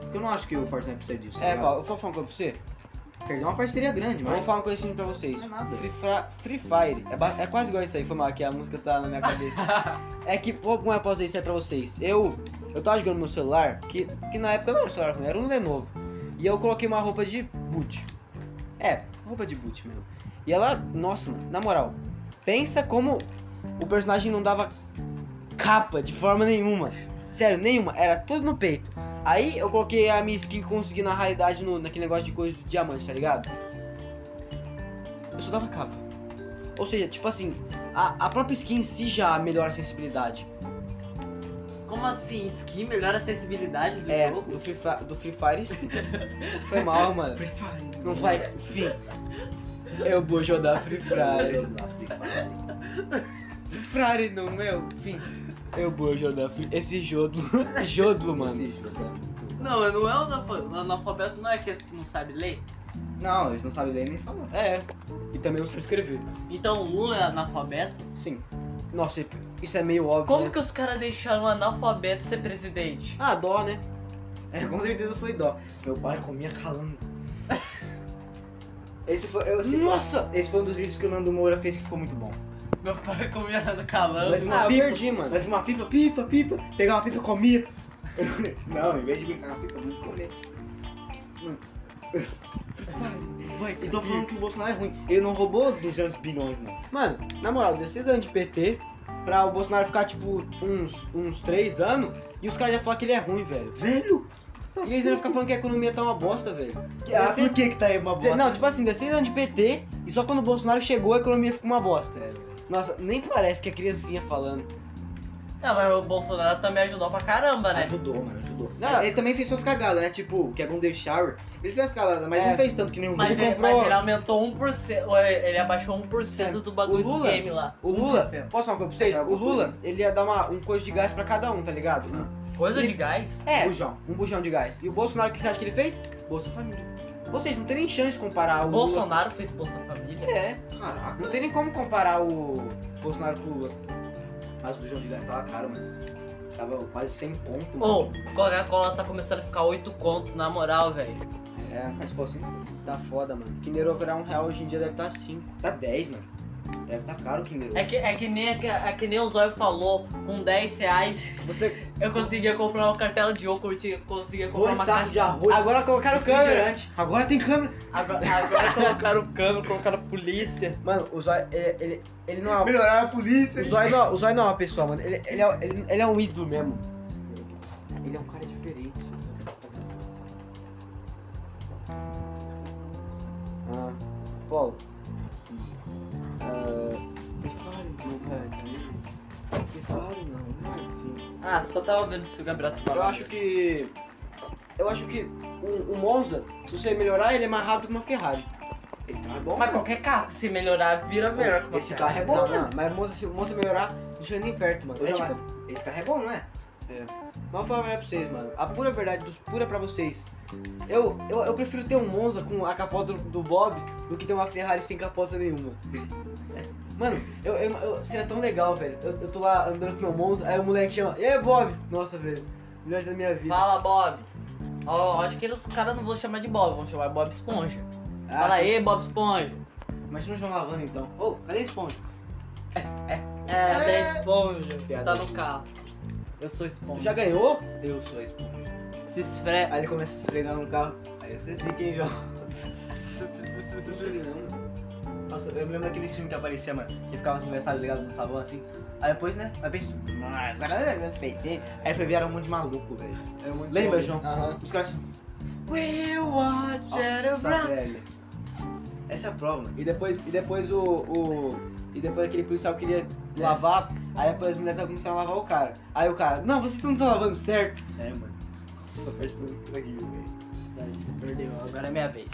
B: Porque eu não acho que o Fortnite precisa disso.
C: É,
B: tá
C: Paulo, eu vou falar uma coisa pra você.
B: ligado? Perdeu uma parceria grande,
C: Eu vou
B: mas...
C: falar uma coisa assim pra vocês.
B: Não é nada.
C: Free, Fra- Free Fire. É, ba- é quase igual isso aí, foi mal, que a música tá na minha cabeça. é que, pô, como eu posso dizer isso aí pra vocês? Eu, eu tava jogando no meu celular, que, que na época não era um celular ruim, era um Lenovo. E eu coloquei uma roupa de boot. É, roupa de boot mesmo. E ela, nossa, mano, na moral, pensa como o personagem não dava capa de forma nenhuma. Sério, nenhuma, era tudo no peito. Aí eu coloquei a minha skin que consegui na realidade no, naquele negócio de coisa de diamante, tá ligado? Eu só dava capa. Ou seja, tipo assim, a, a própria skin em si já melhora a sensibilidade.
A: Como assim? Skin melhora a sensibilidade do
C: É,
A: jogo?
C: do Free, Fi- do Free Fire. skin. Foi mal, mano. Não vai. Enfim. Eu vou jogar Free Fire. Free Fire não, meu. Enfim. Eu vou jogar Free Esse Jodlo. Jodlo, mano.
A: Não, eu não é um analfa- um analfabeto, não é aquele que não sabe ler.
B: Não, eles não sabem ler nem falar.
C: É. E também não sabe escrever.
A: Então o Lula é analfabeto.
C: Sim. Nossa, isso é meio óbvio.
A: Como
C: né?
A: que os caras deixaram um analfabeto ser presidente?
C: Ah, dó, né?
B: É, com certeza foi dó. Meu pai comia calando. Esse foi, eu- esse foi-
C: Nossa!
B: esse foi um dos vídeos que o Nando Moura fez que ficou muito bom.
A: Meu pai comia calando.
B: Mas
C: Ah, eu perdi, mano.
B: Nós uma pipa, pipa, pipa, pegar uma pipa e comia. Não, em vez de brincar na pipa, vamos comer. Mano.
C: Vai,
B: E tô falando que o Bolsonaro é ruim. Ele não roubou 200 bilhões, mano.
C: Mano, na moral, 16 anos de PT pra o Bolsonaro ficar tipo uns, uns 3 anos e os caras já falar que ele é ruim, velho.
B: Velho!
C: E eles iam ficar falando que a economia tá uma bosta, velho.
B: Que- ah,
C: Dezesseis-
B: por que que tá aí uma
C: Dezesseis-
B: bosta?
C: Não, tipo assim, 16 anos de PT e só quando o Bolsonaro chegou a economia ficou uma bosta. Nossa, nem parece que a criancinha falando.
A: Não, mas o Bolsonaro também ajudou pra caramba, né?
B: Ajudou, mano, ajudou.
C: Não.
B: Ele também fez suas cagadas, né? Tipo, que é Golden Shower. Ele fez as cagadas, mas
C: É.
B: não fez tanto que nenhum
A: Mas
B: Ele
A: ele,
B: comprou-
A: mas é ele aumentou 1%, ou ele ele abaixou 1% do bagulho
C: O Lula-
A: de game lá.
C: O Lula,
A: 1%.
C: posso falar uma coisa pra vocês?
B: Achar
C: O
B: alguma
C: Lula, ele ia dar uma, um coisa de gás pra cada um, tá ligado?
A: Coisa de gás?
C: É,
B: Bujão.
C: um bujão de gás. E o Bolsonaro, o que você acha que ele fez? Bolsa Família. Vocês não tem nem chance de comparar o Lula...
A: Bolsonaro fez Bolsa Família?
C: É,
B: Caraca.
C: Não tem nem como comparar o Bolsonaro com o Lula.
B: Mas o bujão de gás tava caro, mano. Tava quase 100 pontos.
A: Ou, Coca-Cola tá começando a ficar 8 conto, na moral, velho.
C: É,
B: Mas se fosse,
C: tá foda, mano. Kinder Ovo virar um real hoje em dia deve estar tá 5.
B: tá 10, mano. Deve tá caro o Kinder.
A: É que, é que nem, é que nem o Zóio falou, com 10 reais
C: Você.
A: eu conseguia comprar uma cartela de iogurte, eu conseguia comprar
B: Dois
A: uma
B: sacos
A: caixa.
B: de arroz.
C: Agora colocaram câmera.
B: refrigerante. Agora tem câmera.
A: Agora, agora colocaram câmera, colocaram polícia.
C: Mano, o Zóio, ele, ele, ele não é.
B: tipo, Melhorar a polícia.
C: O Zóio não, o Zóio não é uma pessoa, mano. Ele, ele, é, ele, ele é um ídolo mesmo. Ele é um cara diferente. Ah, Paulo. Ah, me fale, meu velho. Me fale, não, é assim. velho.
A: Ah, só tava vendo se o Gabriel tá tava
C: Eu acho que. é Eu acho que o, o Monza, se você melhorar, ele é mais rápido que uma Ferrari.
B: Esse
C: Ah,
B: carro é bom.
A: Mas qualquer carro, se melhorar, vira melhor que uma
B: Esse
A: Ferrari.
B: carro é bom,
C: não,
B: né?
C: não, mas o Monza, se o Monza melhorar, não chega nem perto, mano.
B: Eu
C: É
B: já-
C: tipo,
B: Esse carro é bom, não é?
C: mas vou falar a verdade pra vocês, mano. A pura verdade, dos, pura pra vocês. Eu, eu, eu prefiro ter um Monza com a capota do, do Bob do que ter uma Ferrari sem capota nenhuma. Mano, eu, eu, eu- seria tão legal, velho. Eu, eu tô lá andando com meu Monza, aí o moleque chama, e aí, Bob? Nossa, velho, melhor da minha vida.
A: Fala, Bob. Ó, acho que eles, os caras não vão chamar de Bob, vão chamar Bob Esponja.
C: Ah,
A: Fala aí, Bob Esponja.
C: Imagina o João lavando então. Ô, cadê a esponja?
A: É, da esponja. Tá
B: Piada
A: no
B: ruim.
A: carro. Eu sou esponja.
C: Tu já ganhou? Eu sou a esponja.
A: Se esfrega.
C: Aí ele começa a se esfregar no carro. Aí eu sei sim quem, João. então.
B: né?
C: Nossa, eu me lembro daqueles filmes que aparecia, mano, que ficava conversado ligado no salão assim. Aí depois, né? Aí pensa, "Ah, agora eu muito PT. Aí foi virar um monte de maluco, velho.
B: Era É muito
C: Lembra,
B: bom.
C: João?
D: um- Aham.
C: Os caras assim,
A: We watch
C: nossa, velho. Essa é a prova, mano.
D: E depois, e depois o, o. E depois aquele policial queria lavar, aí depois as mulheres começaram a lavar o cara. Aí o cara, não, vocês não estão lavando certo.
C: É, mano. Nossa, velho, foi muito horrível, velho.
A: Você perdeu, agora é minha vez.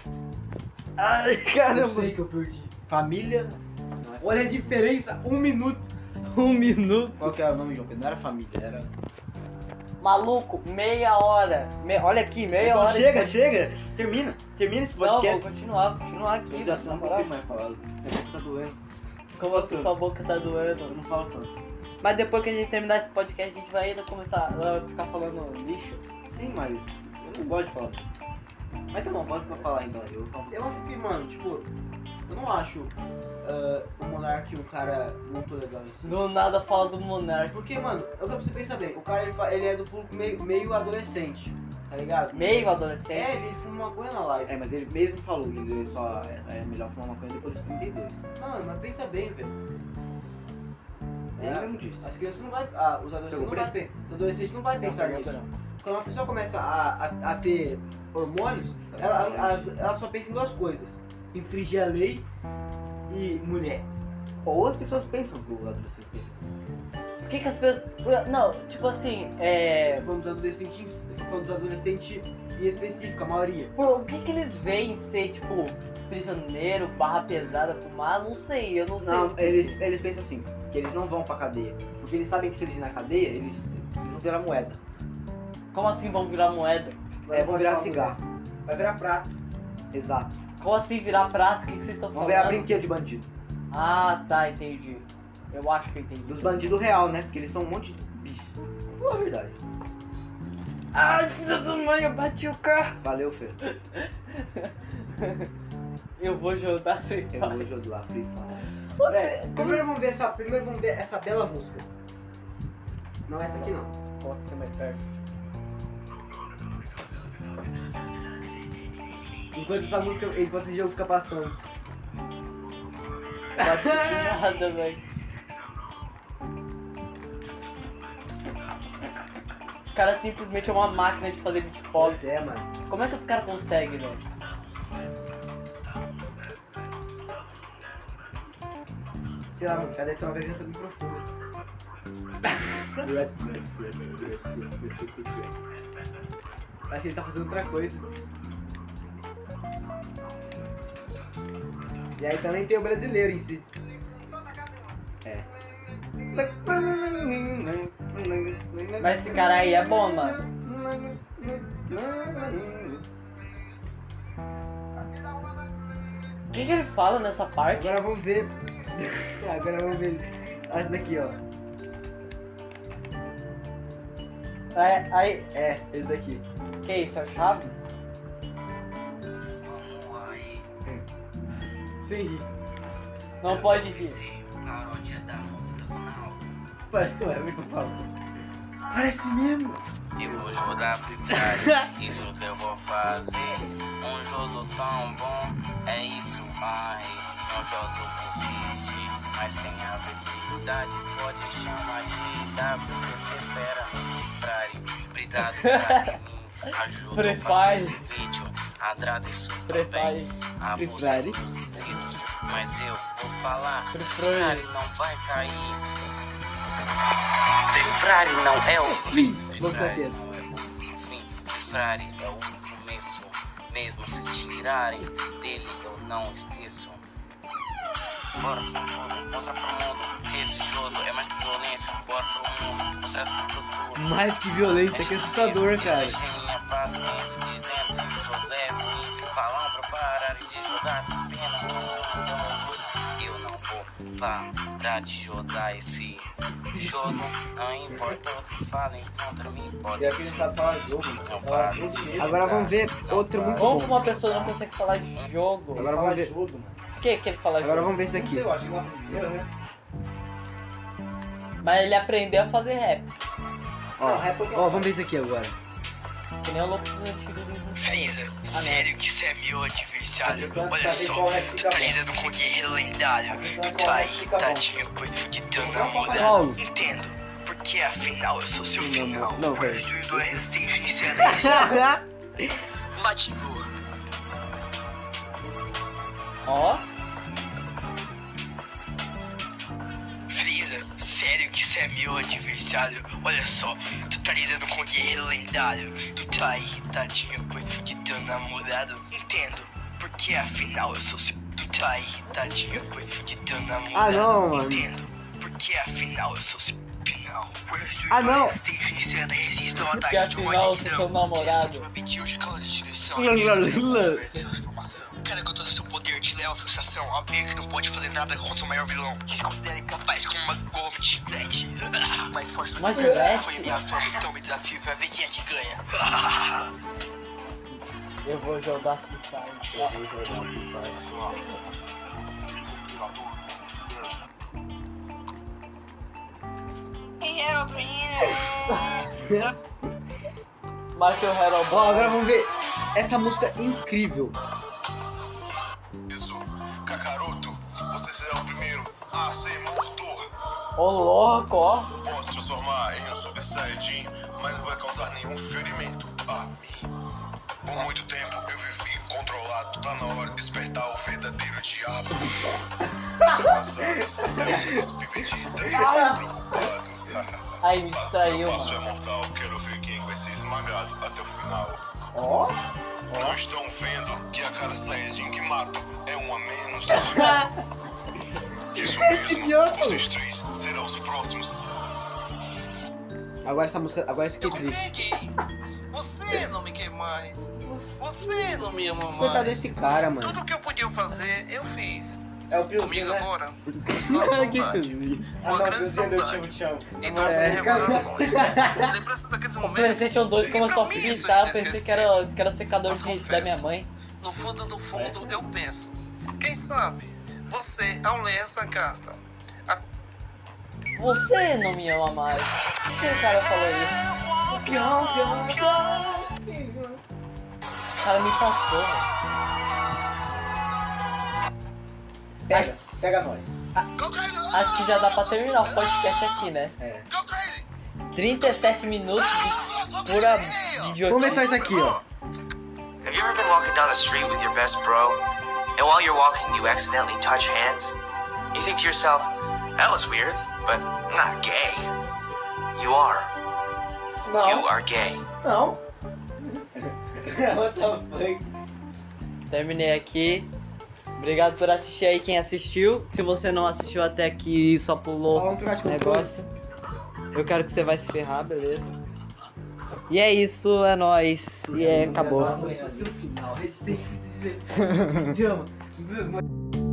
C: Ai,
B: Eu
C: caramba.
B: sei que eu perdi.
C: Família.
D: Olha a diferença, um minuto.
A: Um minuto.
C: Qual que era o nome, João Pedro? Não era família, era.
A: Maluco, meia hora. Me- Olha aqui,
B: É,
A: meia
C: Então
A: hora. de
C: chega,
A: podcast.
C: chega. Termina. Termina esse
A: Não, vou
C: podcast.
A: continuar, vou continuar aqui.
C: já
A: vou
C: não
A: continuar.
C: consigo mais falar. Tá doendo.
A: Como assim sua boca tá
C: Eu
A: doendo?
C: não falo tanto.
A: Mas depois que a gente terminar esse podcast, a gente vai ainda começar a ficar falando lixo.
C: Sim, mas eu não gosto de falar. Mas tá bom, pode falar então. Eu falo.
B: Eu acho que, mano, tipo, eu não acho ah, o Monark um cara muito legal em si.
A: Do nada fala do Monark.
B: Porque, mano, eu quero você pensar bem, o cara ele, fa- ele é do público meio, meio adolescente, tá ligado?
A: Meio
B: É,
A: adolescente.
B: ele fuma maconha na live.
C: É, mas ele mesmo falou que ele só é, é melhor fumar maconha depois dos 32.
B: Não, mas pensa bem, velho.
C: Ele
B: É,
C: mesmo disse.
B: as crianças não vai. Ah, os adolescentes não
C: Pegou
B: vai, pe- os adolescentes não vai pensar
C: Não,
B: nisso.
C: não, não.
B: Quando uma pessoa começa a, a, a ter hormônios,
C: Tá
B: ela,
C: bom,
B: ela,
C: gente.
B: ela só pensa em duas coisas: infringir a lei e mulher.
C: Ou as pessoas pensam que o adolescente pensa assim.
A: Por que, que as pessoas. Não, tipo assim, é.
B: Eu tô falando dos adolescentes, eu tô falando dos adolescentes em específico, a maioria.
A: Por, o que que eles veem ser, tipo, prisioneiro, barra pesada, fumar? Não sei, eu não sei.
C: Não, eles, eles pensam assim, que eles não vão pra cadeia. Porque eles sabem que se eles ir na cadeia, eles, eles vão virar moeda.
A: Como assim vão virar moeda?
C: É, vão virar cigarro. Vai virar prato. Exato.
A: Como assim virar prato? O que, que vocês estão
C: Vão
A: falando?
C: virar brinquedo de bandido.
A: Ah, tá, entendi. Eu acho que eu entendi.
C: Dos bandidos real, né? Porque eles são um monte de bicho. Vou falar a verdade.
A: Ai, filha da mãe, eu bati o carro.
C: Valeu, Fer.
A: Eu vou jogar Free
C: Eu vou jogar Free Fire.
A: Fire.
B: Primeiro vamos ver essa, primeiro vamos ver essa bela música. Não essa aqui não.
A: Coloca aqui mais perto.
B: Enquanto essa música, enquanto esse jogo fica passando.
A: Bati nada, Tá velho. Os caras simplesmente é uma máquina de fazer beatbox.
B: Pois é, mano.
A: Como é que os caras conseguem, velho?
B: Sei lá, mano, cadê tua garganta muito profunda? Parece que ele tá fazendo outra coisa. E aí também tem o brasileiro em si. É.
A: Mas esse cara aí é bom, mano. O que, que ele fala nessa parte?
B: Agora vamos ver. Agora vamos ver. Essa daqui, ó.
A: É, aí,
B: É, esse daqui.
A: que isso? É o Chaves?
B: Sem rir.
A: Não pode vir.
B: Parece o Everton Paulo. Parece mesmo.
E: E vou jogar Free Fire, isso que eu vou fazer. Um jogo tão bom, é isso, ai. Não jogo por kit, mas tem habilidade. Pode chamar de W, você espera Free Fire. Obrigado pra mim,
A: Free
E: ajuda pra
A: Fire.
E: esse vídeo. Agradeço
A: Free
E: também a
D: Free
E: você
D: Fire.
E: dos dedos, Ah, mas eu vou falar.
A: Free Fire.
E: Free Fire não vai cair. Free Fire não é o fim.
D: Vou
E: Free Fire
D: contexto.
E: não é o fim. Free Fire é o começo. Mesmo se tirarem dele, eu não esqueço. Bora pro mundo, mostra pro mundo que esse jogo é mais que violência. Bora pro mundo, mostrar pro mundo.
D: Mais que violência, que assustador, cara.
E: Parar de jogar esse jogo, não importa o que falem contra mim,
B: É
E: pode ser.
C: tá-
B: tá
E: Não paro de
D: Agora
E: jogar.
D: vamos ver outro muito bom.
A: Como uma pessoa não consegue falar de jogo?
D: Agora vamos ver.
C: jogo, mano.
A: que que ele fala
C: Agora
A: junto?
C: vamos ver isso aqui.
B: Eu acho que lá primeiro, né?
A: Mas ele aprendeu a fazer rap.
C: Ó, ó, vamos ver isso aqui agora.
A: Que nem o louco do antigo do-
D: Frenza, sério que você é meu adversário?
B: Atenção,
C: tá
D: Olha
B: pra ver
D: só,
B: qual vai
D: tô
B: ficar bom.
D: aprendendo com um guerreiro lendário.
B: Atenção,
D: Meu
B: qual vai
D: pai,
C: tá
B: ficar bom.
D: tadinho, pois fui ditando a moda.
C: Paulo.
D: Entendo, porque afinal eu sou seu
C: Não,
D: final.
C: tá não, não, velho.
D: Construindo a resistência insana. Matibu.
A: Ó,
D: Frieza, sério que você é meu adversário? Olha só, tu tá lidando com um guerreiro lendário. Tu tá irritadinho, pois fui teu namorado. Entendo, porque afinal eu sou seu. Tu tá irritadinho, pois fui teu namorado.
C: Ah, não, mano.
D: Entendo, porque afinal eu sou seu final.
C: Ah, não.
D: Resistência insana, resisto ao
A: Porque
B: tipo,
D: ataque de uma
B: um
A: afinal eu sou seu
D: guindão.
A: namorado.
D: Essa prometeu de causa de direção.
C: Lula, lula, lula.
D: Cara, com todo o seu poder te leva à frustração. Ao ver que não pode fazer nada contra o maior vilão. Te considera incapaz como uma goma de chiclete. Mas forte do
A: Uma
D: universo
A: gilete?
D: foi minha fama, então me desafio pra ver quem é que ganha.
A: eu vou jogar Free Fire. Ó, Marca o
C: Ó,
A: Herobot.
C: agora vamos ver essa música incrível.
D: Isso, Kakaroto, você será o primeiro a ser morto.
A: Ô louco, ó.
D: Posso transformar em um Super Saiyajin, mas não vai causar nenhum ferimento a mim. Por muito tempo eu vivi controlado, tá na hora de despertar o verdadeiro diabo. Estou cansado, sou até o príncipe Vegeta e fico preocupado.
A: Aí me distraiu,
D: Meu passo é
A: mano.
D: mortal, quero ver quem vai ser esmagado até o final.
A: Ó.
D: Não estão vendo que a cada Saiyajin que mato é um a menos. Isso mesmo, vocês três serão os próximos
C: Agora essa música, agora isso aqui
E: Eu
C: é triste.
E: compliquei. Você não me quer mais. Você não me ama
C: Coitado
E: mais.
C: desse cara, mano.
E: Tudo que eu podia fazer, eu fiz.
B: É o Piozinho,
E: Comigo
B: né?
E: agora, só a saudade.
B: Ah, não,
E: Uma
B: o
E: grande
B: Piozinho do
E: saudade.
B: Tio Tchão.
E: Então, sem recordações. Lembrança daqueles
A: O
E: momentos.
A: Playstation 2, como eu só
E: Pra mim,
A: fiz,
E: isso
A: tá?
E: é
A: Eu pensei que era, que era secador
E: Mas
A: de, da minha
E: confesso.
A: mãe.
E: No fundo do fundo, eu penso. Quem sabe, você, ao ler essa carta,
A: Você não me ama mais. Por que o cara falou isso? Pião, pião, pião. O cara me passou, mano.
B: Pega, pega nós.
D: Go crazy!
A: Acho que já dá pra terminar o podcast aqui, né?
D: Go crazy!
A: 37 minutos de pura
C: Vamos ver
A: idiotice.
C: só isso aqui, ó.
F: Have you ever been walking down the street with your best bro, and while you're walking, you accidentally touch hands? You think to yourself, that was weird, but I'm not gay. You are. You
A: Não,
F: are gay.
A: não.
B: What
A: né?
B: the fuck?
A: Terminei aqui. Obrigado por assistir aí quem assistiu. Se você não assistiu até aqui e só pulou
C: Fala um trote com
A: negócio, eu quero que você vai se ferrar, beleza? E é isso, é nóis. E é, acabou.
G: Seu final, resistente, te ama.